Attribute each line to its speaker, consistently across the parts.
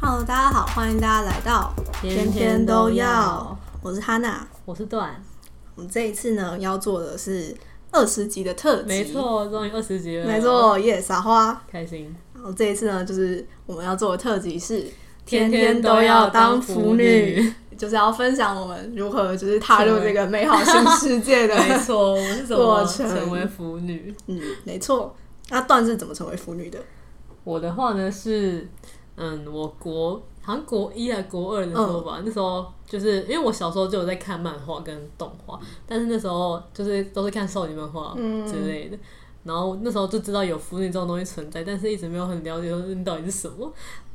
Speaker 1: Hello，大家好，欢迎大家来到
Speaker 2: 天天都要，
Speaker 1: 我是哈娜。
Speaker 2: 我是段，
Speaker 1: 我们这一次呢要做的是二十集的特辑，
Speaker 2: 没，错，终于二十集了，
Speaker 1: 没，错，耶，撒花。
Speaker 2: 开心，
Speaker 1: 然后这一次呢，就是我们要做的特辑是
Speaker 2: 天天都要当腐女，
Speaker 1: 就是要分享我们如何就是踏入这个美好新世界的。
Speaker 2: 没错，我是怎么
Speaker 1: 过程
Speaker 2: 成为腐女？
Speaker 1: 嗯，没错。那段是怎么成为腐女的？
Speaker 2: 我的话呢是，嗯，我国好像国一还国二的时候吧，那时候就是因为我小时候就有在看漫画跟动画，但是那时候就是都是看少女漫画之类的。然后那时候就知道有腐女这种东西存在，但是一直没有很了解说嗯到底是什么。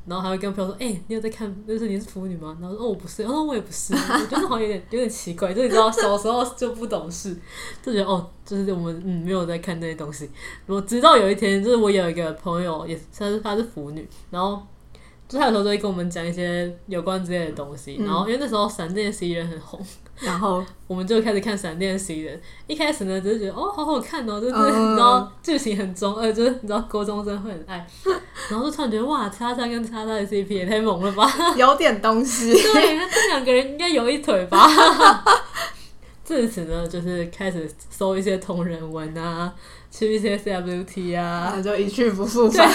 Speaker 2: 然后还会跟朋友说：“哎、你有在看？就是你是腐女吗？”然后说：“哦，我不是，哦，我也不是。”我觉得好像有点有点奇怪，就是你知道小时候就不懂事，就觉得哦，就是我们嗯没有在看这些东西。我直到有一天，就是我有一个朋友，也是她是她是腐女，然后就是她有时候都会跟我们讲一些有关之类的东西。然后因为那时候《闪电十一人》很红，
Speaker 1: 然后
Speaker 2: 我们就开始看《闪电十一人》。一开始呢，只是觉得哦，好好看哦，就是、
Speaker 1: 嗯
Speaker 2: 你知道剧情很中二，就是你知道高中生会很爱。然后就突然觉得哇，叉叉跟叉叉的 CP 也太萌了吧！
Speaker 1: 有点东西，
Speaker 2: 对，那这两个人应该有一腿吧。 自此呢，就是开始搜一些同人文啊，去一些 CWT 啊，
Speaker 1: 那就一去不复返。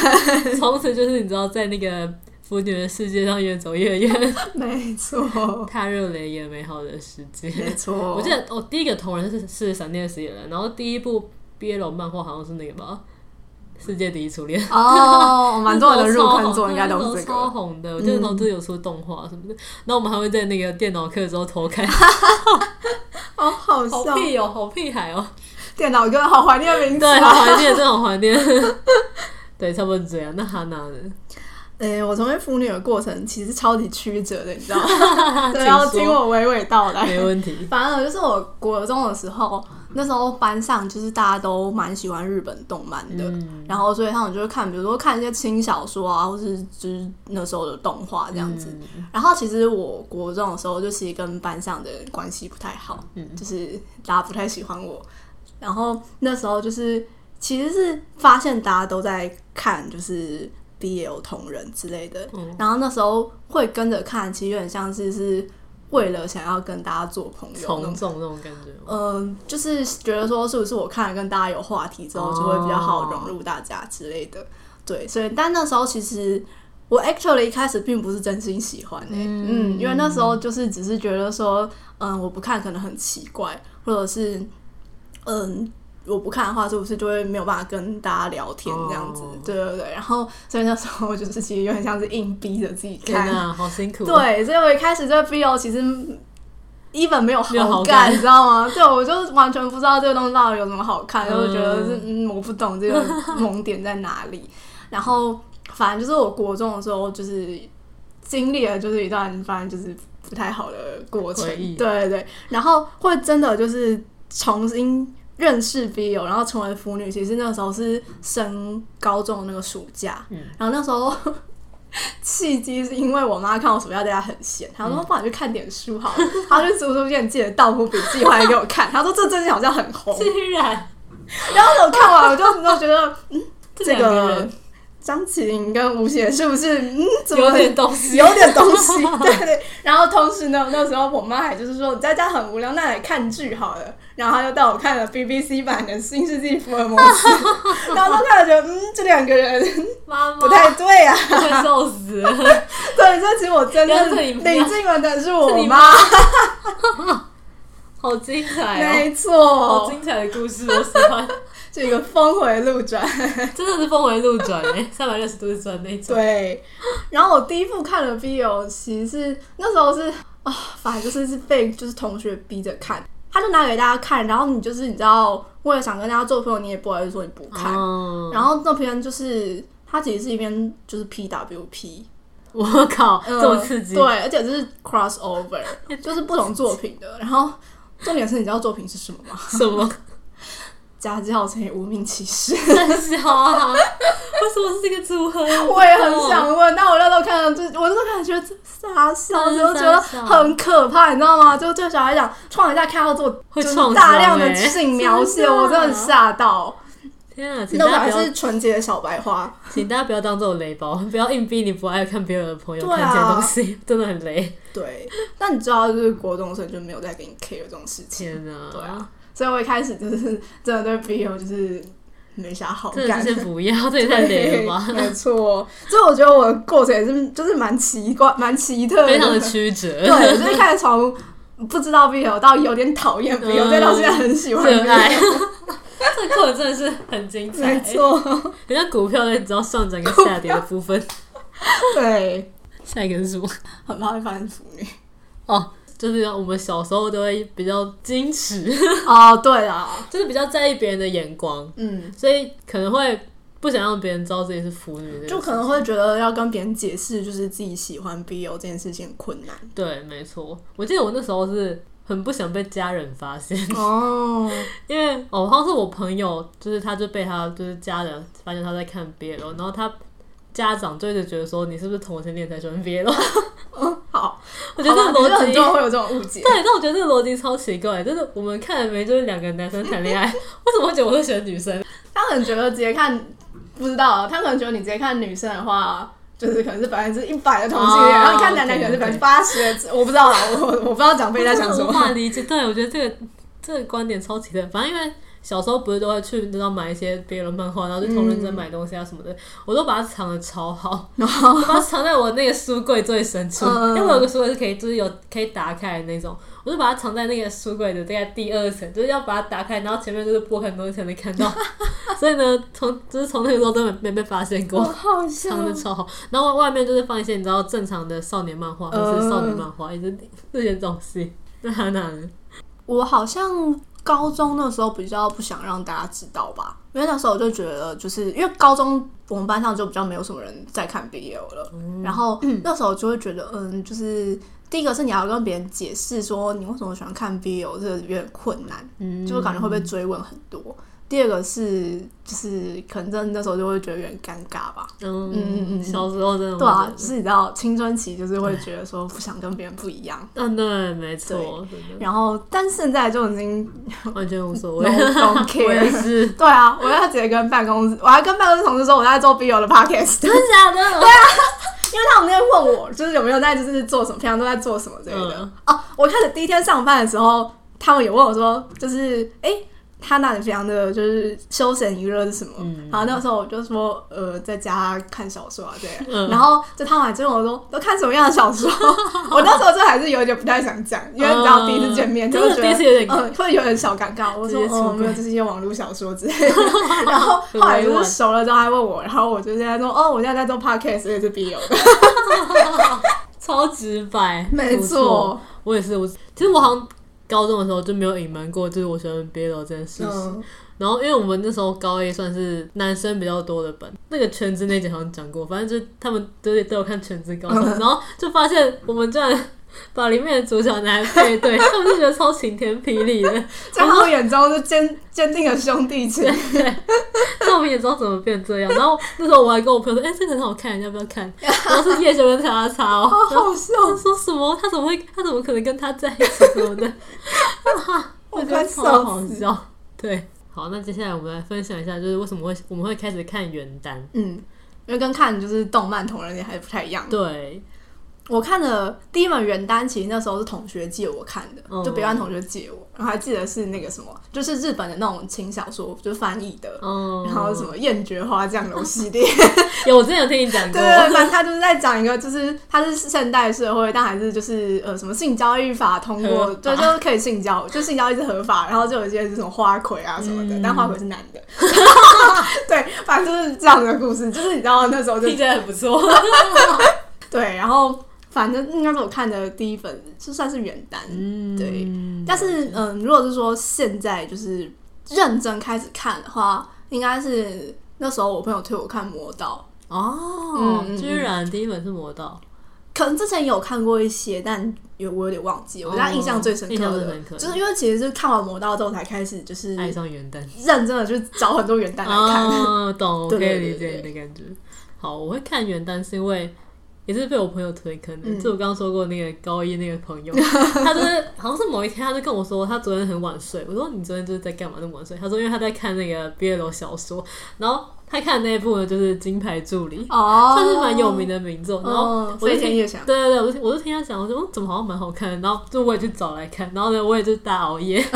Speaker 2: 从此就是你知道，在那个腐女的世界上越走越远，
Speaker 1: 没错，
Speaker 2: 踏入了一个美好的世界。
Speaker 1: 没错。
Speaker 2: 我记得我、哦、第一个同人是是闪电十一人，然后第一部 BL 漫画好像是那个吧，《世界第一初恋》。
Speaker 1: 哦，蛮多人的入
Speaker 2: 那时候超
Speaker 1: 坑
Speaker 2: 红
Speaker 1: 作应该都是
Speaker 2: 对那
Speaker 1: 这
Speaker 2: 时候超
Speaker 1: 个。嗯
Speaker 2: 红的，我记得那时候就有出动画什么的，然后我们还会在那个电脑课的时候 偷看，
Speaker 1: 哦， 好
Speaker 2: 好
Speaker 1: 笑！
Speaker 2: 屁哦，好屁孩哦，
Speaker 1: 电脑哥好怀念 名字
Speaker 2: 对，
Speaker 1: 啊。
Speaker 2: 好怀念，真的好怀念。 对，差不多是这样。那哈娜呢？
Speaker 1: 诶、哎我成为腐女的过程其实超级曲折的，你知道吗？ 对，要
Speaker 2: 请
Speaker 1: 听
Speaker 2: 说，
Speaker 1: 我娓娓道来。
Speaker 2: 没问题。
Speaker 1: 反正就是我国中的时候，那时候班上就是大家都蛮喜欢日本动漫的，
Speaker 2: 嗯
Speaker 1: 然后所以他们就会看，比如说看一些轻小说啊，或是就是那时候的动画这样子。
Speaker 2: 嗯
Speaker 1: 然后其实我国中的时候，就其实跟班上的人关系不太好，
Speaker 2: 嗯
Speaker 1: 就是大家不太喜欢我。然后那时候就是其实是发现大家都在看，就是 BL 同人之类的，
Speaker 2: 嗯
Speaker 1: 然后那时候会跟着看，其实有点像是是为了想要跟大家做朋友那
Speaker 2: 从
Speaker 1: 种。
Speaker 2: 众那种感觉吗。
Speaker 1: 嗯，就是觉得说是不是我看了跟大家有话题之后，
Speaker 2: 哦
Speaker 1: 就会比较好融入大家之类的。对，所以但那时候其实我 actually 一开始并不是真心喜欢诶、嗯
Speaker 2: 嗯
Speaker 1: 因为那时候就是只是觉得说，嗯，我不看可能很奇怪，或者是嗯。我不看的话，是不是就会没有办法跟大家聊天这样子
Speaker 2: 哦
Speaker 1: 对对对，然后所以那时候就是其实有点像是硬逼着自己
Speaker 2: 天
Speaker 1: 看，
Speaker 2: 呐，好辛苦。，哦
Speaker 1: 对，所以我一开始对 BL 其实 even 没有
Speaker 2: 没有好
Speaker 1: 好
Speaker 2: 感
Speaker 1: 你知道吗？ 对，我就完全不知道这个东西到底有什么好看，
Speaker 2: 嗯
Speaker 1: 然后觉得是嗯，我不懂这个 萌点在哪里。然后反正就是我国中的时候，就是经历了就是一段反正就是不太好的过程
Speaker 2: 回，忆
Speaker 1: 对对对，然后会真的就是重新。认识 BL，然后成为腐女，其实那时候是升高中的那个暑假，
Speaker 2: 嗯，
Speaker 1: 然后那时候 契机是因为我妈看我暑假在家很闲，她
Speaker 2: 嗯
Speaker 1: 说：“不然去看点书好了。” 她就逐逐渐借《盗墓笔记》回来给我 看，她说：“这最近好像很红。
Speaker 2: 居然”
Speaker 1: 然后我看完，我就我觉 得这
Speaker 2: 两个
Speaker 1: 个
Speaker 2: 人
Speaker 1: 张起灵跟吴邪是不是嗯，怎么
Speaker 2: 有点东西，
Speaker 1: 有点东 西，对对。然后同时呢，那时候我妈还就是说，你在家很无聊，那来看剧好了。然后她就带我看了 BBC 版的《新世纪福尔摩 斯》，然后都看了觉得，嗯，这两个人
Speaker 2: 妈妈
Speaker 1: 不太对啊。
Speaker 2: 快笑死了，
Speaker 1: 对，这其实我真的
Speaker 2: 不要这里不要
Speaker 1: 林静文的是
Speaker 2: 是
Speaker 1: 我
Speaker 2: 你
Speaker 1: 妈，
Speaker 2: 好精彩哦，
Speaker 1: 没
Speaker 2: 好
Speaker 1: 错，
Speaker 2: 精彩的故事，我喜欢，
Speaker 1: 这个峰回路转。
Speaker 2: 真的是峰回路转哎，三百六十度转那种。
Speaker 1: 对，然后我第一部看的 BL，其实是那时候是啊、反正就是是被就是同学逼着看，他就拿给大家看，然后你就是你知道，为了想跟大家做朋友，你也不好意思说你不看。
Speaker 2: 嗯，
Speaker 1: 然后那篇就是它其实是一篇就是 PWP，
Speaker 2: 我靠， 这么刺激
Speaker 1: 嗯，对，而且这是 crossover，就是不同作品的。然后重点是你知道作品是什么吗？
Speaker 2: 什 么
Speaker 1: 家教乘以无名骑士。
Speaker 2: 三小啊？为什么是这个组合？啊哦
Speaker 1: 我也很想问，但我那时候看到就，我那时候看觉得这傻笑，
Speaker 2: 真
Speaker 1: 就是觉得
Speaker 2: 傻笑
Speaker 1: 很可怕，你知道吗？就对小孩讲，创一下看到这种
Speaker 2: 会
Speaker 1: 就是
Speaker 2: 创
Speaker 1: 大
Speaker 2: 伤
Speaker 1: 量的
Speaker 2: 欸
Speaker 1: 性描写，
Speaker 2: 真的
Speaker 1: 我真的吓到。
Speaker 2: 天啊，请
Speaker 1: 那
Speaker 2: 大
Speaker 1: 本
Speaker 2: 家
Speaker 1: 来
Speaker 2: 不要，
Speaker 1: 是纯洁的小白花，
Speaker 2: 请大家不要当这种雷包，不要硬逼你不爱看别人的朋友
Speaker 1: 对啊
Speaker 2: 看这些东西， 真的很雷。
Speaker 1: 对，但你知道，就是国中生就没有再给你 care 这种事情，
Speaker 2: 天啊，
Speaker 1: 对啊，所以我一开始就是真的对 BL 就是没啥好
Speaker 2: 真的
Speaker 1: 感
Speaker 2: 就。是不要，这 也太雷了吧，
Speaker 1: 对 没错，所以我觉得我的过程也是就是蛮奇怪、蛮奇特的，
Speaker 2: 非常的 曲折，
Speaker 1: 对，我就是开始从不知道 BL 到有点讨厌 BL，、
Speaker 2: 嗯
Speaker 1: 再到现在很喜欢
Speaker 2: 热
Speaker 1: BL，
Speaker 2: 爱。 这个过程真的是很精彩，
Speaker 1: 没，错，
Speaker 2: 很像股票在只要上涨跟下跌的部分。
Speaker 1: 对，
Speaker 2: 下一个 是什么？
Speaker 1: 很怕会发生腐女。
Speaker 2: 哦，就是我们小时候都会比较矜持，
Speaker 1: 哦，对啦，
Speaker 2: 就是比较在意别人的眼光，
Speaker 1: 嗯，
Speaker 2: 所以可能会不想让别人知道自己是腐女这件事，
Speaker 1: 就可能会觉得要跟别人解释，就是自己喜欢 BL 这件事情很困难。
Speaker 2: 对，没错。我记得我那时候是很不想被家人发现，
Speaker 1: 哦，
Speaker 2: 因为哦，好像是我朋友，就是他就被他就是家人发现他在看 BL，然后他家长就一直觉得说你是不是同性恋才喜欢 BL，
Speaker 1: 好，
Speaker 2: 我觉得这
Speaker 1: 好吧
Speaker 2: 个
Speaker 1: 哦你
Speaker 2: 逻
Speaker 1: 很
Speaker 2: 辑
Speaker 1: 多。人会有这种误解。
Speaker 2: 对，但我觉得这个逻辑超奇怪，就是我们看的明明就是两个男生谈恋爱，为什么会觉得我会选女生？
Speaker 1: 他可能觉得直接看，不知道，啊他可能觉得你直接看女生的话。就是可能是百分之一百的同性恋
Speaker 2: 哦
Speaker 1: 然后你看男男可能是百分之八十的，我不知道啦，我我不知道长辈在想什
Speaker 2: 我无
Speaker 1: 么。
Speaker 2: 法理解。对，我觉得这个这个观点超奇特。反正因为小时候不是都会去你知道买一些别人漫画，然后去同人
Speaker 1: 嗯
Speaker 2: 展买东西啊什么的，我都把它藏的 超好，我把它藏在我那个书柜最深处，
Speaker 1: 嗯
Speaker 2: 因为我有个书柜是可以就是有可以打开的那种，我就把它藏在那个书柜的大概第二层，就是要把它打开，然后前面就是剥开东西才能看 到。所以呢，从就是从那个时候都没没被发现过。
Speaker 1: 好笑
Speaker 2: 藏的超好，然后外面就是放一些你知道正常的少年漫画，或是少
Speaker 1: 嗯
Speaker 2: 女漫画，一直这些东西。那很难，
Speaker 1: 我好像高中那时候比较不想让大家知道吧，因为那时候我就觉得，就是因为高中我们班上就比较没有什么人在看 BL 了，
Speaker 2: 嗯
Speaker 1: 然后那时候就会觉得，嗯，就是第一个是你要跟别人解释说你为什么喜欢看 BL，这个有点困难，
Speaker 2: 嗯
Speaker 1: 就会感觉会被追问很多。第二个是，就是可能真的那时候就会觉得有点尴尬吧。
Speaker 2: 嗯
Speaker 1: 嗯嗯
Speaker 2: 小时候真的
Speaker 1: 对啊
Speaker 2: 会，
Speaker 1: 就是你知道青春期就是会觉得说不想跟别人不一样，
Speaker 2: 这样，嗯，对，没错，真
Speaker 1: 然后但现在就已经
Speaker 2: 的完全无所
Speaker 1: no
Speaker 2: 谓。
Speaker 1: don't
Speaker 2: 嗯 我
Speaker 1: care
Speaker 2: 也。是，
Speaker 1: 对啊，我要直接跟办公室，我还跟办公室同事说我在做 BL 的 podcast，
Speaker 2: 真的假的？对啊，
Speaker 1: 因为他们那天问我就是有没有在就是做什么，平常都在做什么之类的。
Speaker 2: 嗯
Speaker 1: 哦，我开始第一天上班的时候，他们有问我说，就是哎。诶他那里平常的就是休闲娱乐是什么？
Speaker 2: 嗯
Speaker 1: 然后那时候我就说，呃，在家看小说啊，这样。
Speaker 2: 嗯
Speaker 1: 然后就他们还真问我说，都看什么样的小说？ 我那时候就还是有点不太想讲， 因为你知道第一次见面，
Speaker 2: 嗯
Speaker 1: 就会觉
Speaker 2: 真的第一
Speaker 1: 得
Speaker 2: 次有点
Speaker 1: 嗯，会有点小尴尬。我说
Speaker 2: 直接出
Speaker 1: 哦，没有，
Speaker 2: 柜
Speaker 1: 这是一些网络小说之类 的。然后后来就是熟了之后，他问我，然后我就现在说，哦，我现在在做 podcast，也是 BL 的，
Speaker 2: 超直白，
Speaker 1: 没
Speaker 2: 不
Speaker 1: 错
Speaker 2: 错。，我也是，我其实我好像高中的时候就没有隐瞒过，就是我喜欢 BL 这件事情。
Speaker 1: 嗯，
Speaker 2: 然后因为我们那时候高一算是男生比较多的班，那个全职那集好像讲过，反正就是他们都都有看全职高 手，然后就发现我们居然把里面的主角拿来配对， 他们就觉得超晴天霹雳的。
Speaker 1: 在他们眼中是坚坚定的兄弟情，
Speaker 2: 那我们也知道怎么变这样。然后那时候我还跟我朋友说：“哎、这个很好看，你要不要看？”然后是叶修跟叉叉 哦，
Speaker 1: 好
Speaker 2: 然后
Speaker 1: 好笑，
Speaker 2: 他说什么？他怎么会？他怎么可能跟他在一起什么的？哇， 我觉得超好笑。对，好，那接下来我们来分享一下，就是为什么会我们会开始看原单。
Speaker 1: 嗯。因为跟看就是动漫同人也还不太一样。
Speaker 2: 对，
Speaker 1: 我看的第一本原单，其实那时候是同学借我看的，
Speaker 2: 嗯
Speaker 1: 就别班同学借我，然后还记得是那个什么，就是日本的那种轻小说，就是翻译的，
Speaker 2: 嗯，
Speaker 1: 然后什么厌绝花酱油系 列，
Speaker 2: 有，我之前有听你讲过
Speaker 1: 对，对，对反正他就是在讲一个，就是他是现代社会，但还是就是呃什么性交易法通 过，
Speaker 2: 合
Speaker 1: 对，就是可以性交， 就性交易是合法，然后就有一些是什么花魁啊什么的，
Speaker 2: 嗯
Speaker 1: 但花魁是男的， 对，反正就是这样的故事，就是你知道那时候就
Speaker 2: 听起来很不错。
Speaker 1: 对，然后反正应该是我看的第一本，就算是原单，
Speaker 2: 嗯，
Speaker 1: 对，但是嗯，如果是说现在就是认真开始看的话，应该是那时候我朋友推我看《魔道》。
Speaker 2: 哦
Speaker 1: 嗯嗯，嗯
Speaker 2: 居然第一本是魔道，
Speaker 1: 可能之前有看过一些，但有我有点忘记。我对他印象最深刻
Speaker 2: 哦印象最
Speaker 1: 的，
Speaker 2: 深刻
Speaker 1: 就是因为其实是看完《魔道》之后才开始，就是
Speaker 2: 爱上元旦。
Speaker 1: 认真的去找很多元旦来看。
Speaker 2: 哦，懂，我
Speaker 1: 对
Speaker 2: 可以
Speaker 1: 对
Speaker 2: 理解
Speaker 1: 对
Speaker 2: 你的感觉。好，我会看元旦是因为。也是被我朋友推坑的，
Speaker 1: 嗯
Speaker 2: 就我刚刚说过那个高一那个 朋友，他就是好像是某一天，他就跟我说他昨天很晚睡，我说你昨天就是在干嘛那么晚睡？他说因为他在看那个 BL 小说，然后他看的那一部呢就是《金牌助理》，
Speaker 1: 哦
Speaker 2: 算是蛮有名的哦名作。然后
Speaker 1: 嗯
Speaker 2: 我就
Speaker 1: 飞天
Speaker 2: 听
Speaker 1: 夜想
Speaker 2: 对对对，我就我就听他讲，我说嗯怎么好像蛮好看的，然后就我也去找来看，然后呢我也就大熬夜，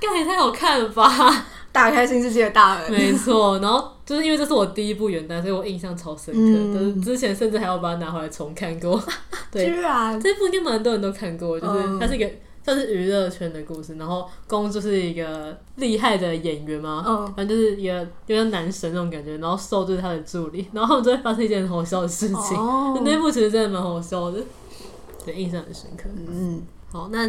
Speaker 2: 干也太好看了 吧？
Speaker 1: 打开新世界的大门。
Speaker 2: 没错，然后就是因为这是我第一部原单，所以我印象超深刻，
Speaker 1: 嗯
Speaker 2: 就是之前甚至还要把它拿回来重看过。 对，
Speaker 1: 居然
Speaker 2: 这部应该蛮多人都看过，就是
Speaker 1: 嗯
Speaker 2: 它是一个算是娱乐圈的故事，然后公就是一个厉害的演员嘛，
Speaker 1: 嗯
Speaker 2: 反正就是一个有点男神那种感觉，然后受就是他的助理， 然后他们就会发生一件很好笑的事情。
Speaker 1: 哦
Speaker 2: 那部其实真的蛮好笑的，对，印象很深刻。
Speaker 1: 嗯，
Speaker 2: 好，那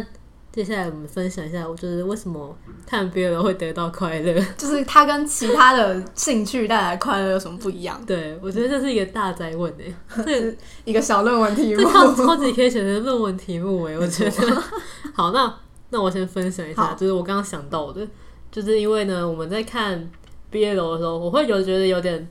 Speaker 2: 接下来我们分享一下，我就是为什么看别人会得到快乐。
Speaker 1: 就是它跟其他的兴趣带来快乐有什么不一样？
Speaker 2: 对，我觉得这是一个大灾问诶、这
Speaker 1: 是一个小论文题
Speaker 2: 这
Speaker 1: 目。
Speaker 2: 超超级可以选择论文题目诶、我觉得。 好，那那我先分享一下，
Speaker 1: 好
Speaker 2: 就是我刚刚想到的，就是因为呢，我们在看毕业楼的时候，我会有觉得有点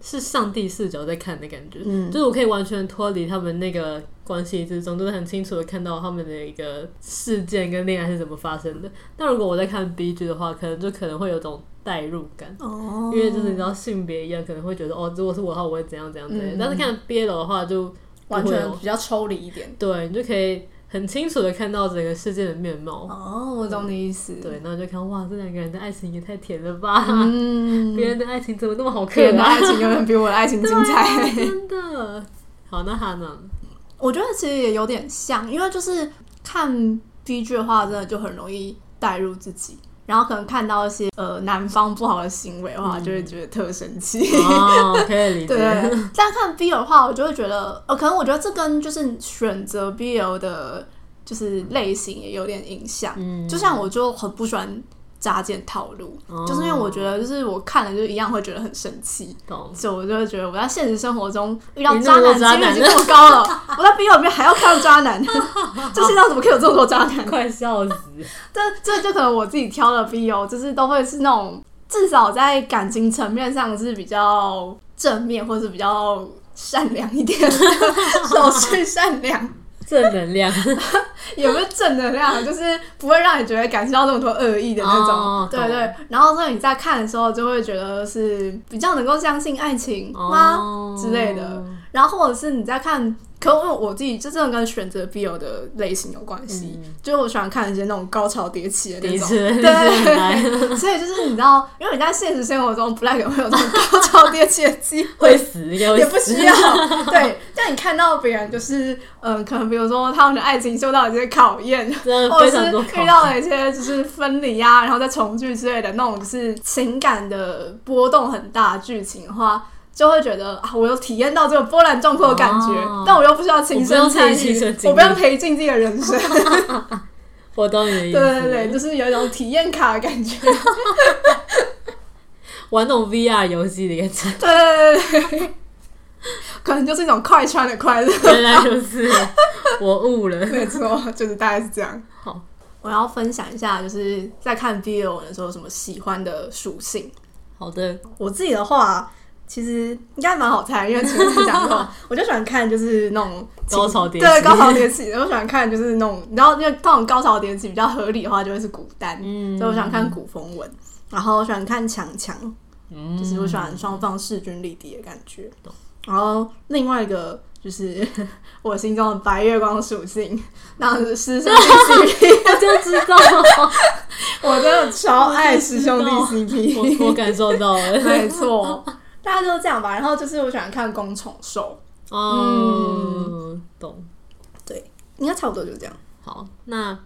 Speaker 2: 是上帝视角在看的感觉，
Speaker 1: 嗯
Speaker 2: 就是我可以完全脱离他们那个关系之中，就是很清楚的看到他们的一个事件跟恋爱是怎么发生的。但如果我在看 B G 的话，可能就可能会有种代入感。
Speaker 1: 哦
Speaker 2: 因为就是你知道性别一样，可能会觉得哦，如果是我的话，我会怎样怎样之类
Speaker 1: 嗯
Speaker 2: 的。但是看 BL 的话就不会
Speaker 1: 完全
Speaker 2: 有哦
Speaker 1: 比较抽离一点。
Speaker 2: 对你就可以很清楚的看到整个世界的面貌。
Speaker 1: 哦，我懂你意思。
Speaker 2: 对，然后就看哇，这两个人的爱情也太甜了吧！
Speaker 1: 嗯，
Speaker 2: 别人的爱情怎么那么好
Speaker 1: 别人的
Speaker 2: 看啊？
Speaker 1: 爱情永远比我的爱情精彩。
Speaker 2: 真的。好，那哈呢？
Speaker 1: 我觉得其实也有点像，因为就是看 B G 的话，真的就很容易带入自己，然后可能看到一些呃男方不好的行为的话，
Speaker 2: 嗯
Speaker 1: 就会觉得特生气。
Speaker 2: 哦，可以 理
Speaker 1: 对，啊
Speaker 2: 解。
Speaker 1: 但看 BL 的话，我就会觉得，呃，可能我觉得这跟就是选择 BL 的，就是类型也有点影响。
Speaker 2: 嗯
Speaker 1: 就像我就很不喜欢扎剑套路，
Speaker 2: 哦
Speaker 1: 就是因为我觉得，就是我看了就一样会觉得很生气，
Speaker 2: 懂，
Speaker 1: 所以我就会觉得我在现实生活中遇到
Speaker 2: 你那
Speaker 1: 渣
Speaker 2: 么多
Speaker 1: 男几率
Speaker 2: 渣
Speaker 1: 已
Speaker 2: 男
Speaker 1: 经这么高了，我在 BL 里面还要看到渣男， 这世界上怎么可以有这么多渣男？
Speaker 2: 快笑死！
Speaker 1: 这这就可能我自己挑的 BO，就是都会是那种至少在感情层面上是比较正面，或是比较善良一点， 手续善良，
Speaker 2: 正能量
Speaker 1: 也不是正能量，啊就是不会让你觉得感受到那么多恶意的那种。
Speaker 2: 哦
Speaker 1: 对
Speaker 2: 懂
Speaker 1: 对，然后所以你在看的时候就会觉得是比较能够相信爱情 吗？
Speaker 2: 哦
Speaker 1: 之类的然后或者是你在看，可能我自己就真的跟选择 BO 的类型有关系，
Speaker 2: 嗯
Speaker 1: 就是我喜欢看一些那种高潮迭起的那
Speaker 2: 的
Speaker 1: 种。
Speaker 2: 确，的确
Speaker 1: 对
Speaker 2: 很难。
Speaker 1: 所以就是你知道，因为你在现实生活中不太可能会有这种高潮迭起的机
Speaker 2: 会
Speaker 1: 会，
Speaker 2: 死，应该会
Speaker 1: 也不
Speaker 2: 死。
Speaker 1: 需要。对，但你看到别人就是，嗯，可能比如说他们的爱情受到一些考验，
Speaker 2: 真的
Speaker 1: 或
Speaker 2: 非
Speaker 1: 者
Speaker 2: 常
Speaker 1: 哦是
Speaker 2: 多考
Speaker 1: 遇
Speaker 2: 验。
Speaker 1: 到了一些就是分离啊，然后再重聚之类的那种，就是情感的波动很大的剧情的话。就会觉得啊，我有体验到这个波澜壮阔的感觉，
Speaker 2: 哦
Speaker 1: 但我又不需要亲身参
Speaker 2: 我不用自己亲身
Speaker 1: 与，
Speaker 2: 经历
Speaker 1: 我不用陪进自己的人 生，
Speaker 2: 我懂你的意思。
Speaker 1: 对对对，就是有一种体验卡的感 觉，对
Speaker 2: 玩那种 VR 游戏的感觉。
Speaker 1: 对对对对，可能就是一种快穿的快乐，
Speaker 2: 原来如此，我 悟了。
Speaker 1: 没错，就是大概是这样。
Speaker 2: 好，
Speaker 1: 我要分享一下，就是在看 BL 文的时候，什么喜欢的属性。
Speaker 2: 好的，
Speaker 1: 我自己的话，其实应该蛮好猜，因为前面讲 过，我就喜欢看就是那种情
Speaker 2: 高潮迭起
Speaker 1: 对高潮迭起，我喜欢看就是那种，然后因为那种高潮迭起比较合理的话，就会是古代，
Speaker 2: 嗯
Speaker 1: 所以我喜欢看古风文，然后我喜欢看强强，
Speaker 2: 嗯
Speaker 1: 就是我喜欢双方势均力敌的感觉。然后另外一个就是 我心中的白月光属性，那是师兄弟 CP，
Speaker 2: 我就知 道，
Speaker 1: 我真的超爱师兄弟
Speaker 2: 我
Speaker 1: CP。
Speaker 2: 我我感受到 了。
Speaker 1: 没错，大家都这样吧。然后就是我喜欢看攻宠兽，嗯
Speaker 2: 哦，懂。
Speaker 1: 应该差不多就这样。
Speaker 2: 好，那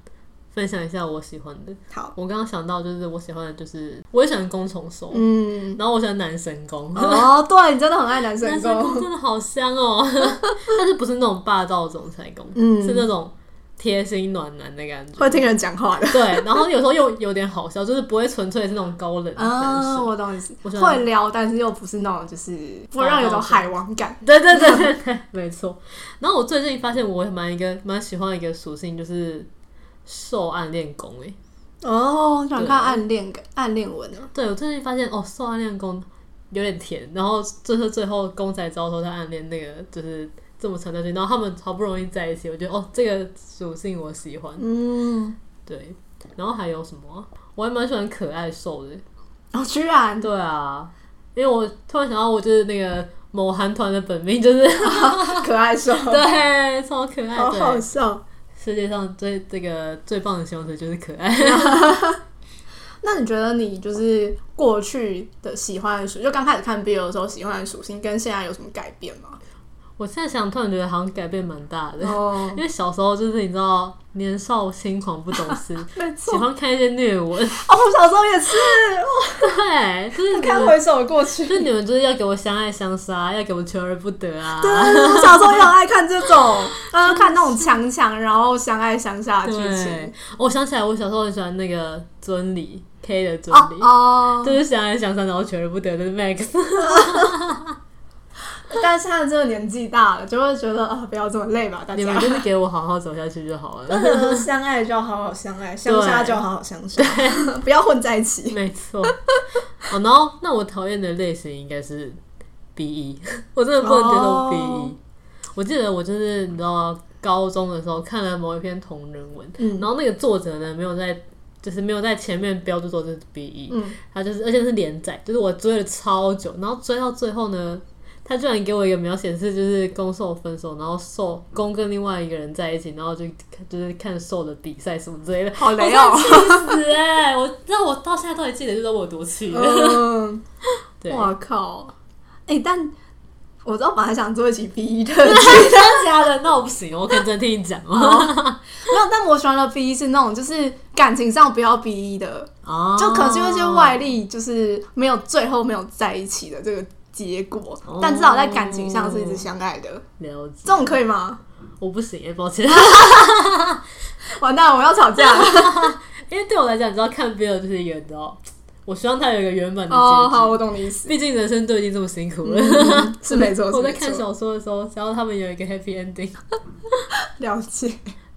Speaker 2: 分享一下我喜欢的。
Speaker 1: 好，
Speaker 2: 我刚刚想到，就是我喜欢的，就是我也喜欢弓虫手，
Speaker 1: 嗯，
Speaker 2: 然后我喜欢男神弓。
Speaker 1: 哦，对你真的很爱男
Speaker 2: 男
Speaker 1: 神
Speaker 2: 神
Speaker 1: 攻，
Speaker 2: 弓真的好香哦， 但是不是那种霸道总裁弓，
Speaker 1: 嗯
Speaker 2: 是那种贴心暖男的感觉。
Speaker 1: 会听人讲话的。
Speaker 2: 对，然后有时候又有点好笑，就是不会纯粹是那种高冷的男生
Speaker 1: 啊，。我懂你意思
Speaker 2: 我喜，欢
Speaker 1: 会聊，但是又不是那种就是不会让有种海王感。
Speaker 2: 对对对对对，没错。然后我最近发现我蛮一个蛮喜欢一个属性，就是受暗恋欸攻诶。
Speaker 1: 哦，想看暗恋感、暗恋文啊。
Speaker 2: 对我最近发现哦，受暗恋攻有点甜，然后最后最后公仔招收他暗恋那个就是这么长下去，然后他们好不容易在一起，我觉得哦，这个属性我喜欢。
Speaker 1: 嗯，
Speaker 2: 对，然后还有什么啊？我还蛮喜欢可爱兽的。
Speaker 1: 哦，居然
Speaker 2: 对啊，因为我突然想到，我就是那个某韩团的本命，就是
Speaker 1: 可爱兽，
Speaker 2: 对，超可爱
Speaker 1: 好
Speaker 2: 的。
Speaker 1: 好笑。
Speaker 2: 世界上最这个最棒的形容词就是可爱。
Speaker 1: 那你觉得你就是过去的喜欢的属，就刚开始看 BL 的时候喜欢的属性，跟现在有什么改变吗？
Speaker 2: 我现在想，突然觉得好像改变蛮大的，
Speaker 1: 哦，
Speaker 2: 因为小时候就是你知道年少轻狂不懂事，
Speaker 1: 没
Speaker 2: 喜
Speaker 1: 错。
Speaker 2: 欢看一些虐文，
Speaker 1: 哦，我小时候也是，
Speaker 2: 对，就是你
Speaker 1: 看
Speaker 2: 们，
Speaker 1: 回首过去
Speaker 2: 就。是你们就是要给我相爱相杀，要给我求而不得啊，
Speaker 1: 对，我 小时候也很爱看这种，呃，看那种强强然后相爱相杀的剧
Speaker 2: 对
Speaker 1: 情。，
Speaker 2: 我想起来，我小时候很喜欢那个尊礼 K 的尊
Speaker 1: 哦
Speaker 2: 礼，
Speaker 1: 哦，
Speaker 2: 就是相爱相杀，然后求而不得的 Max。
Speaker 1: 但现在这个年纪大了，就会觉得啊、不要这么累吧，大
Speaker 2: 你
Speaker 1: 家
Speaker 2: 们。就是给我好好走下去就好了。
Speaker 1: 呃相爱就要好好相爱，
Speaker 2: 相杀就要
Speaker 1: 好好相杀， 不要混在一起。
Speaker 2: 没错。哦，然后那我讨厌的类型应该是 B E，我真的不能接受 B E。
Speaker 1: 哦
Speaker 2: 我记得我就是你知道高中的时候看了某一篇同人文，
Speaker 1: 嗯
Speaker 2: 然后那个作者呢没有在，就是没有在前面标注说这是 B E，、
Speaker 1: 嗯，
Speaker 2: 他就是而且是连载，就是我追了超久，然后追到最后呢。他居然给我一个描写是，就是攻受分手，然后受攻跟另外一个人在一起，然后就就是看受的比赛什么之类的，
Speaker 1: 好
Speaker 2: 我真
Speaker 1: 雷
Speaker 2: 的
Speaker 1: 哦。
Speaker 2: 气死哎、欸！我让我到现在到底记得，就是我多气。
Speaker 1: 嗯，
Speaker 2: 对，
Speaker 1: 哇靠！哎、但我知道本来想做一起 B E 特辑，但
Speaker 2: 家人那我不行，我可以真的听你讲哦。
Speaker 1: 没有，但我喜欢的 B E 是那种就是感情上不要 B E 的，
Speaker 2: 哦
Speaker 1: 就可能是因为一些外力，就是没有最后没有在一起的这个结果，
Speaker 2: 哦
Speaker 1: 但至少在感情上是一直相爱的，
Speaker 2: 了解，
Speaker 1: 这种可以吗？
Speaker 2: 我不行哎、抱
Speaker 1: 啊
Speaker 2: 歉。
Speaker 1: 完蛋了，我要吵架 了。
Speaker 2: 因为对我来讲，你知道看 BL 就是一个，你知道，我希望它有一个圆满的
Speaker 1: 哦，
Speaker 2: 结
Speaker 1: 好，
Speaker 2: 局。
Speaker 1: 我懂你意 思，
Speaker 2: 毕竟人生都已经这么辛苦了。
Speaker 1: 嗯是没错。
Speaker 2: 我在
Speaker 1: 是没
Speaker 2: 看
Speaker 1: 错
Speaker 2: 小说的时候，只要他们有一个 happy ending。
Speaker 1: 了解。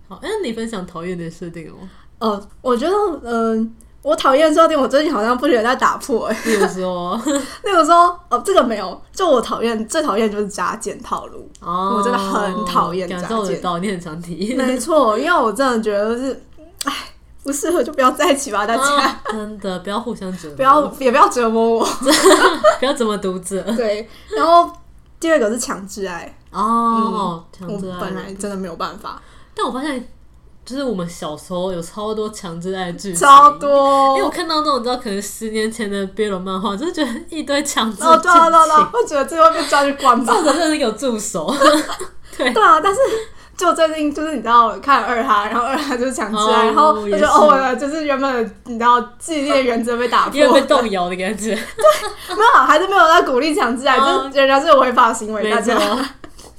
Speaker 2: 好，哎那你分享讨厌的设定了吗？
Speaker 1: 哦，我觉得，嗯、我讨厌的设定，我最近好像不觉得在打破、欸。
Speaker 2: 例如说，
Speaker 1: 例如说，哦，这个没有，就我讨厌最讨厌就是加减套路。
Speaker 2: 哦，
Speaker 1: 我真的很讨厌
Speaker 2: 感
Speaker 1: 杂
Speaker 2: 受得
Speaker 1: 件
Speaker 2: 到，你很常体验。
Speaker 1: 没错，因为我真的觉得是，哎，不适合就不要在一起吧，大家、
Speaker 2: 啊真的不要互相折 磨，
Speaker 1: 不要也不要折磨我。
Speaker 2: 不要怎么读者
Speaker 1: 对，然后第二个是强制爱，
Speaker 2: 哦，强
Speaker 1: 嗯我
Speaker 2: 制
Speaker 1: 本
Speaker 2: 爱。
Speaker 1: 来真的没有办法，
Speaker 2: 但我发现，就是我们小时候有超多强制爱的剧情
Speaker 1: 超。
Speaker 2: 因为
Speaker 1: 多。
Speaker 2: 我看到那种你知道，可能十年前的 BL 漫画，就是觉得一堆强制
Speaker 1: 哦，对啊，对啊，对
Speaker 2: 剧
Speaker 1: 啊，我觉得最后被抓去关吧。
Speaker 2: 情作者真的有助 手， 对，
Speaker 1: 对啊，但是就最近就是你知道看二哈，然后二哈就是强制
Speaker 2: 哦
Speaker 1: 爱，然后我
Speaker 2: 也
Speaker 1: 觉
Speaker 2: 是
Speaker 1: 得哦，我的就是原本的你知道系列原则被打破，
Speaker 2: 因为被动摇的感觉，
Speaker 1: 没有，啊还是没有在鼓励强制爱，
Speaker 2: 哦
Speaker 1: 就是仍然是违法行为，
Speaker 2: 没
Speaker 1: 大
Speaker 2: 错
Speaker 1: 家。。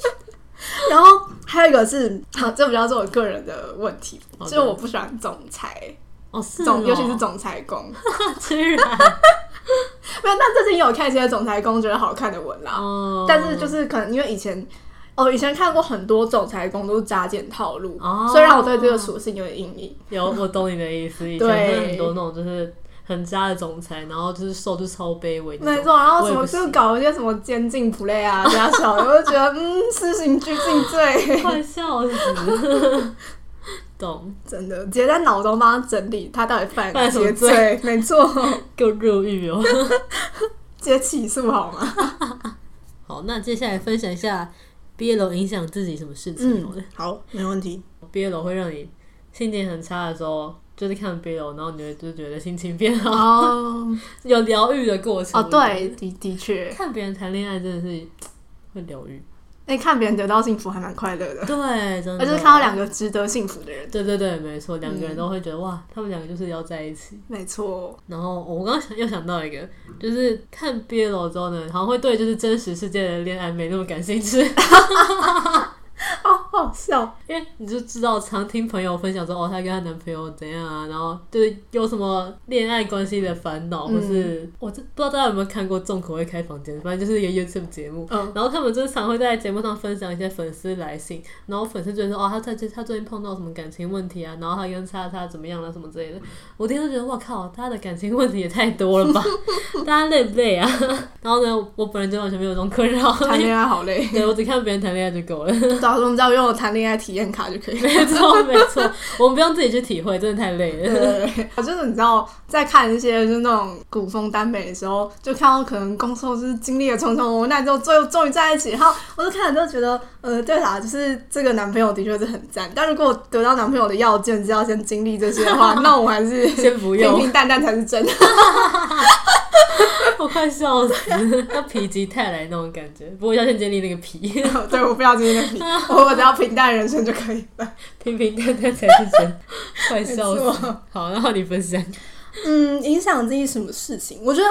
Speaker 1: 然后还有一个是，好，这比较是我个人的问题，
Speaker 2: 好
Speaker 1: 就
Speaker 2: 的
Speaker 1: 是我不喜欢总裁，
Speaker 2: 哦，是哦
Speaker 1: 总尤其是，总裁攻。
Speaker 2: 居然，
Speaker 1: 没有，但最近有看一些总裁宫觉得好看的文啦。
Speaker 2: 哦，
Speaker 1: 但是就是可能因为以前，哦，以前看过很多总裁宫都是加减套路，
Speaker 2: 哦
Speaker 1: 所以让我对这个属性有点阴影。
Speaker 2: 有我懂你的意思，以前
Speaker 1: 对
Speaker 2: 真的很多那种就是很渣的总裁，然后就是受就超卑微那种，
Speaker 1: 没错，然后什
Speaker 2: 我也
Speaker 1: 么
Speaker 2: 不行
Speaker 1: 就搞一些什么监禁 play 啊，加小，我就觉得嗯，私刑拘禁罪，
Speaker 2: 快笑死！懂，
Speaker 1: 真的直接在脑中帮他整理他到底犯了
Speaker 2: 犯
Speaker 1: 哪
Speaker 2: 了什么
Speaker 1: 些罪，没错，
Speaker 2: 够入狱哦。
Speaker 1: 直接起诉好吗？
Speaker 2: 好，那接下来分享一下 BL 影响自己什么事情好了。，
Speaker 1: 好，没问题。
Speaker 2: BL 会让你心情很差的时候，就是看 BL，然后你就就觉得心情变好，
Speaker 1: 哦
Speaker 2: 有疗愈的过 程。
Speaker 1: 哦，，对，的的确，
Speaker 2: 看别人谈恋爱真的是会 疗愈。
Speaker 1: 哎，看别人得到幸福还蛮快乐的，
Speaker 2: 对，真的。
Speaker 1: 而就是看到两个值得幸福的人，
Speaker 2: 对对对，没错，两个人都会觉得、哇，他们两个就是要在一起。
Speaker 1: 没错。
Speaker 2: 然后我刚刚想又想到一个，就是看 BL 之后呢，好像会对就是真实世界的恋爱没那么感兴趣。
Speaker 1: 哦，好好笑。
Speaker 2: 因为你就知道，常听朋友分享说，哦，她跟她男朋友怎样啊，然后就是有什么恋爱关系的烦恼，
Speaker 1: 嗯
Speaker 2: 或是我这不知道大家有没有看过《重口味开房间》，反正就是一个 YouTube 节目。
Speaker 1: 嗯，
Speaker 2: 然后他们就是常会在节目上分享一些粉丝来信，然后粉丝就会说哦，他最近他最近碰到什么感情问题啊，然后他跟叉叉怎么样了、什么之类的。
Speaker 1: 嗯
Speaker 2: 我天天都觉得哇靠，他的感情问题也太多 了吧，大家累不累啊？然后呢，我本人就完全没有这种困扰，，
Speaker 1: 谈恋爱好累 啊
Speaker 2: 对我只看别人谈恋爱就够了。
Speaker 1: 到时候我们只要用我谈恋爱体验卡就可以了。
Speaker 2: 没错没错，我们不用自己去体会，真的太累
Speaker 1: 对
Speaker 2: 了。
Speaker 1: 对对，我 就是你知道，在看一些就是那种古风耽美的时候，就看到可能攻受就是经历了重重磨难之后，最后终于在一起，然后我就看了就觉得，呃，对啦，就是这个男朋友的确是很赞，但如果我得到男朋友的要件是要先经历这些的话，那我还是
Speaker 2: 先不
Speaker 1: 平
Speaker 2: 用，
Speaker 1: 平淡淡才是真的。
Speaker 2: 我快笑死了，要否极泰来那种感觉。不过要先建立那个 皮，
Speaker 1: 对，我不要经历那题，我我只要平淡人生就可以了。
Speaker 2: 平平淡淡才是真。快笑
Speaker 1: 没
Speaker 2: 死
Speaker 1: 错！
Speaker 2: 好，然后你分享。
Speaker 1: 嗯，影响自己什么事情？我觉得，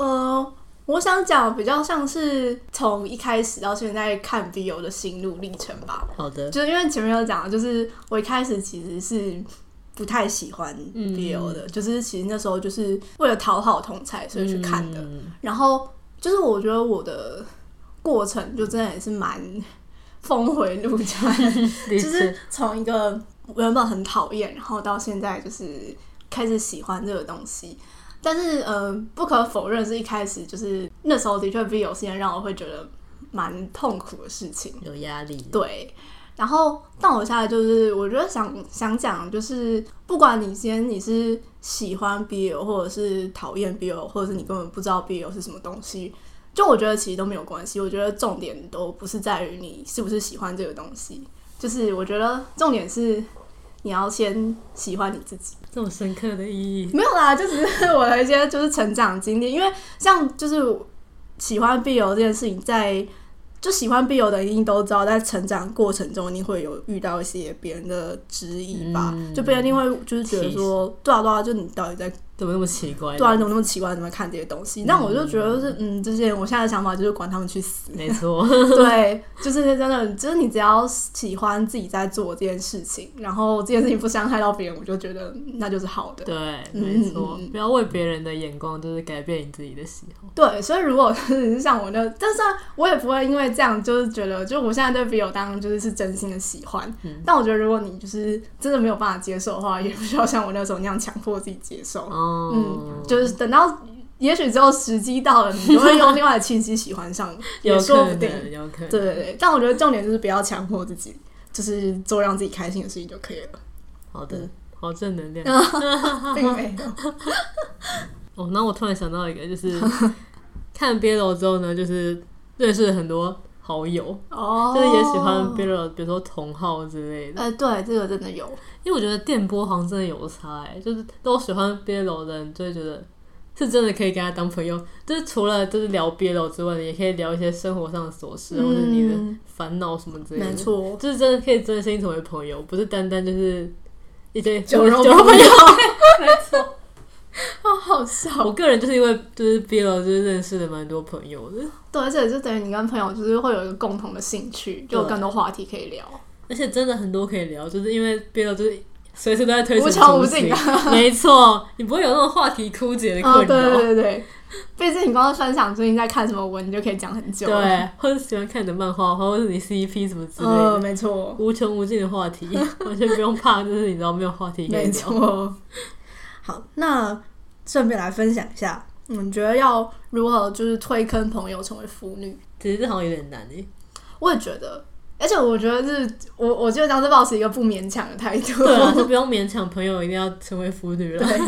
Speaker 1: 呃，我想讲比较像是从一开始到现在看 BO 的心路历程吧。
Speaker 2: 好的，
Speaker 1: 就是因为前面有讲，就是我一开始其实是不太喜欢 BL 的，就是其实那时候就是为了讨好同才，所以去看的。
Speaker 2: 嗯
Speaker 1: 然后就是我觉得我的过程就真的也是蛮峰回路转，
Speaker 2: 理
Speaker 1: 就
Speaker 2: 解
Speaker 1: 是从一个原本很讨厌，然后到现在就是开始喜欢这个东西。但是，呃，不可否认是一开始就是那时候的确 BL 是件让我会觉得蛮痛苦的事情。
Speaker 2: 有压力。
Speaker 1: 对，然后但我现在就是，我觉得想想讲，就是不管你今天你是喜欢 BL，或者是讨厌 BL，或者是你根本不知道 BL 是什么东西，就我觉得其实都没有关系。我觉得重点都不是在于你是不是喜欢这个东西，就是我觉得重点是。你要先喜欢你自己，
Speaker 2: 这种深刻的意义。
Speaker 1: 没有啦，就只是我的一些就是成长经历，因为像就是喜欢 BL 这件事情在就喜欢 BL 的一定都知道，在成长过程中一定会有遇到一些别人的质疑吧，
Speaker 2: 嗯
Speaker 1: 就别人一定会就是觉得说，对啊对啊，就你到底在
Speaker 2: 怎么那么奇怪？，
Speaker 1: 对啊，你怎么那么奇怪，怎么看这些东西？那我就觉得是，嗯，这些人我现在的想法就是管他们去死
Speaker 2: 没错，
Speaker 1: 对，就是真的，就是你只要喜欢自己在做这件事情，然后这件事情不伤害到别人，我就觉得那就是好的。
Speaker 2: 对，
Speaker 1: 嗯
Speaker 2: 没错
Speaker 1: 嗯嗯，
Speaker 2: 不要为别人的眼光，就是改变你自己的喜好。
Speaker 1: 对，所以如果是像我那，但是我也不会因为这样就是觉得，就我现在对 B 友当然就是是真心的喜欢，
Speaker 2: 嗯
Speaker 1: 但我觉得如果你就是真的没有办法接受的话，也不需要像我那时候那样强迫自己接受，
Speaker 2: 哦，
Speaker 1: 嗯，就是等到也许只有时机到了，你就会用另外的契机喜欢 上，也说不
Speaker 2: 有可
Speaker 1: 定。
Speaker 2: 能，有可能。
Speaker 1: 对对对，但我觉得重点就是不要强迫自己，就是做让自己开心的事情就可以 了，
Speaker 2: 好的
Speaker 1: 嗯，
Speaker 2: 好正能量。
Speaker 1: 并没有。
Speaker 2: 哦，那我突然想到一个，就是 看 BL 之后呢，就是认识了很多好友，
Speaker 1: 哦
Speaker 2: 就是也喜欢 BL，比如说同号之类的。
Speaker 1: 呃，对，这个真的有，
Speaker 2: 因为我觉得电波好像真的有差、欸，就是都喜欢 BL 的人就会觉得。是真的可以跟他当朋友，就是除了就是聊 BL 之外，也可以聊一些生活上的琐事，啊或者你的
Speaker 1: 嗯
Speaker 2: 烦恼什么之类的。
Speaker 1: 没， 错。
Speaker 2: 就是真的可以真心成为朋友，不是单单就是一堆
Speaker 1: 酒肉
Speaker 2: 酒肉
Speaker 1: 朋
Speaker 2: 朋
Speaker 1: 友
Speaker 2: 友。 没错，
Speaker 1: 好好笑
Speaker 2: 我个人就是因为就是 BL 就是认识了蛮多朋友的，
Speaker 1: 对，而且就等于你跟朋友就是会有一个共同的兴趣，就有更多话题可以聊。
Speaker 2: 而且真的很多可以聊，就是因为 BL 就是随时都在推陈
Speaker 1: 无穷无
Speaker 2: 出新
Speaker 1: 尽
Speaker 2: 没错，你不会有那种话题枯 竭的
Speaker 1: 啊，
Speaker 2: 困
Speaker 1: 对对
Speaker 2: 扰。
Speaker 1: 对对，毕竟你光是分享最近在看什么文，你就可以讲很久。，
Speaker 2: 对，或者喜欢看你的漫画，或者是你 CP 什么之类
Speaker 1: 呃，
Speaker 2: 的，
Speaker 1: 没错，
Speaker 2: 无穷无尽的话 题，完全不用怕，就是你知道没有话题可以
Speaker 1: 没
Speaker 2: 聊。
Speaker 1: 错。 好，那顺便来分享一下，嗯你觉得要如何就是推坑朋友成为腐女？
Speaker 2: 只是这好像有点难欸 诶。
Speaker 1: 我也觉得，而且我觉得是我，我觉得当时保持一个不勉强的态度。
Speaker 2: 对啊，就不用勉强朋友一定要成为腐 女了。啊
Speaker 1: 对，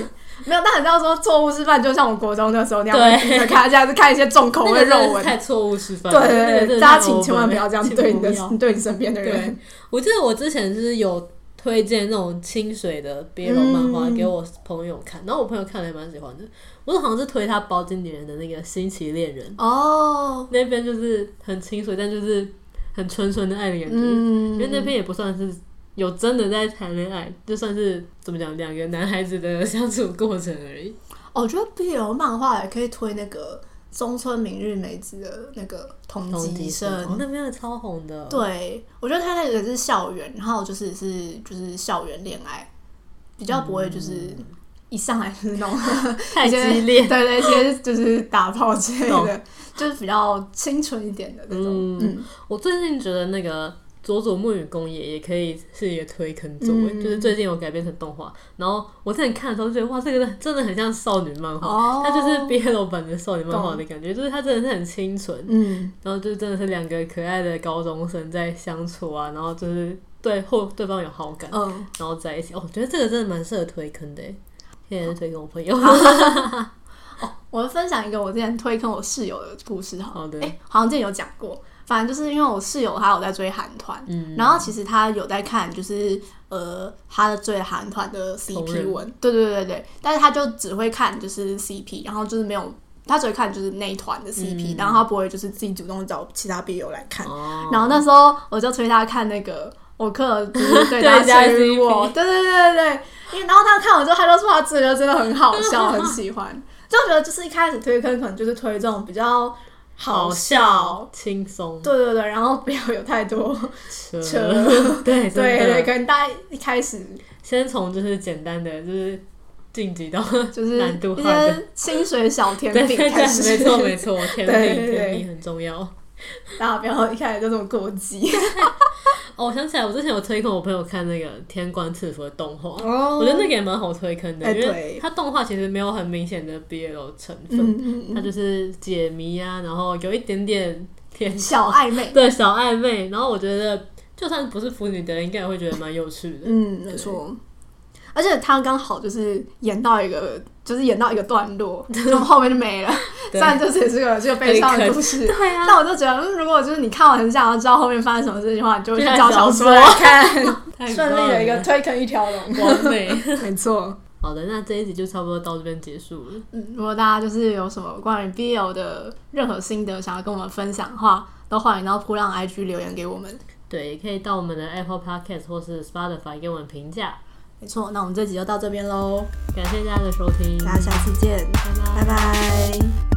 Speaker 1: 没有，但你知道说错误示范，就像我国中那时候那样，我
Speaker 2: 对
Speaker 1: 逼着看大家是看一些重口
Speaker 2: 那
Speaker 1: 味
Speaker 2: 个
Speaker 1: 肉
Speaker 2: 真的
Speaker 1: 文
Speaker 2: 是，太错误示范了。那个
Speaker 1: 对
Speaker 2: 真的
Speaker 1: 对，
Speaker 2: 是
Speaker 1: 大家
Speaker 2: 太
Speaker 1: 请
Speaker 2: over
Speaker 1: 千万
Speaker 2: 了
Speaker 1: 不要这样
Speaker 2: 请
Speaker 1: 对你的
Speaker 2: 不要，
Speaker 1: 对你身边的人。
Speaker 2: 我记得我之前就是有推荐那种清水的 BL 漫画
Speaker 1: 嗯
Speaker 2: 给我朋友看，然后我朋友看了也蛮喜欢的。我好像是推他《包金女人》的那个《新奇恋人》，
Speaker 1: 哦，
Speaker 2: 那边就是很清水，但就是很纯纯的爱的感觉。
Speaker 1: 嗯
Speaker 2: 因为那边也不算是有真的在谈恋爱，就算是怎么讲，两个男孩子的相处过程而已。
Speaker 1: 哦我觉得 BL 漫画也可以推那个中村明日美子的那个同
Speaker 2: 同
Speaker 1: 级
Speaker 2: 级
Speaker 1: 生，
Speaker 2: 生，哦那边的超红的，，
Speaker 1: 嗯对，我觉得他那个是校园，然后就是是就是校园恋爱，比较不会就是
Speaker 2: 嗯
Speaker 1: 一上来就是那种
Speaker 2: 太
Speaker 1: 一些
Speaker 2: 激烈，
Speaker 1: 对对，一些就是打炮之类
Speaker 2: 懂
Speaker 1: 的，就是比较清纯一点的那种。
Speaker 2: 嗯
Speaker 1: 嗯，
Speaker 2: 我最近觉得那个佐佐木与宫野也可以是一个推坑作为，
Speaker 1: 嗯
Speaker 2: 就是最近有改编成动画，然后我之前看的时候就觉得哇，这个真的很像少女漫画，
Speaker 1: 哦
Speaker 2: 它就是 BL 版的少女漫画的感觉，就是它真的是很清纯，
Speaker 1: 嗯，
Speaker 2: 然后就真的是两个可爱的高中生在相处啊，然后就是对后对方有好感，
Speaker 1: 嗯，
Speaker 2: 然后在一起，哦，我觉得这个真的蛮适合推坑的耶，欸现在推给我朋友，
Speaker 1: 啊我分享一个我之前推坑我室友的故事好了，
Speaker 2: 好的
Speaker 1: 哎、好像之前有讲过，反正就是因为我室友他有在追韩团，
Speaker 2: 嗯，
Speaker 1: 然后其实他有在看，就是呃他的追韩团的
Speaker 2: 同
Speaker 1: CP
Speaker 2: 人
Speaker 1: 文，对对对对，但是他就只会看就是 CP，然后就是没有他只会看就是那一团的 CP，、
Speaker 2: 嗯
Speaker 1: 然后他不会就是自己主动找其他 BL 来看。
Speaker 2: 哦，
Speaker 1: 然后那时候我就催他看那个。我课就是对他
Speaker 2: 对加
Speaker 1: 催
Speaker 2: CP
Speaker 1: 我，对对对对对，因为然后他看完之后，他就说他这个真的很好笑，很喜欢，就觉得就是一开始推坑可能就是推这种比较好
Speaker 2: 好笑，轻松，
Speaker 1: 对对对，然后不要有太多
Speaker 2: 扯
Speaker 1: 扯
Speaker 2: 对真
Speaker 1: 对
Speaker 2: 的
Speaker 1: 对，可能大家一开始
Speaker 2: 先从就是简单的，就是晋级到
Speaker 1: 就是
Speaker 2: 难度
Speaker 1: 一
Speaker 2: 化的，
Speaker 1: 些清水小甜
Speaker 2: 对对
Speaker 1: 饼
Speaker 2: 对，
Speaker 1: 开始，
Speaker 2: 没错 没错，
Speaker 1: 对
Speaker 2: 甜
Speaker 1: 对
Speaker 2: 品
Speaker 1: 对
Speaker 2: 甜品很重要。
Speaker 1: 大家不要一开始就这么过激。
Speaker 2: 哦，我想起来，我之前有推坑我朋友看那个《天官赐福》的动画，
Speaker 1: 哦
Speaker 2: 我觉得那个也蛮好推坑的，
Speaker 1: 哎
Speaker 2: 因为
Speaker 1: 对
Speaker 2: 它动画其实没有很明显的 BL 成分，
Speaker 1: 嗯嗯
Speaker 2: 它
Speaker 1: 嗯，
Speaker 2: 就是解谜啊，然后有一点点甜
Speaker 1: 小暧昧，
Speaker 2: 对小暧昧，然后我觉得就算不是腐女的人，应该也会觉得蛮有趣的。
Speaker 1: 嗯，没错。而且他刚好就是演到一个，就是演到一个段 落，就后面就没了。虽
Speaker 2: 对
Speaker 1: 然这也是个这个悲伤的故事，
Speaker 2: 对啊，
Speaker 1: 但我就觉得，嗯如果就是你看完很想要知道后面发生什么事情的话，你就会去
Speaker 2: 就看
Speaker 1: 找啊小
Speaker 2: 小
Speaker 1: 说
Speaker 2: 说
Speaker 1: 来看，
Speaker 2: 太
Speaker 1: 顺利
Speaker 2: 棒
Speaker 1: 的一个
Speaker 2: 了
Speaker 1: 推坑一条龙。
Speaker 2: 完美。
Speaker 1: 没错。
Speaker 2: 好的，那这一集就差不多到这边结束了。
Speaker 1: 嗯，如果大家就是有什么关于 BL 的任何心得想要跟我们分享的话，都欢迎到扑浪 IG 留言给我们。
Speaker 2: 对，也可以到我们的 Apple Podcast 或是 Spotify 给我们评价。
Speaker 1: 没错，那我们这集就到这边喽，
Speaker 2: 感谢大家的收听，
Speaker 1: 大家下次见，
Speaker 2: 拜
Speaker 1: 拜
Speaker 2: 拜
Speaker 1: 拜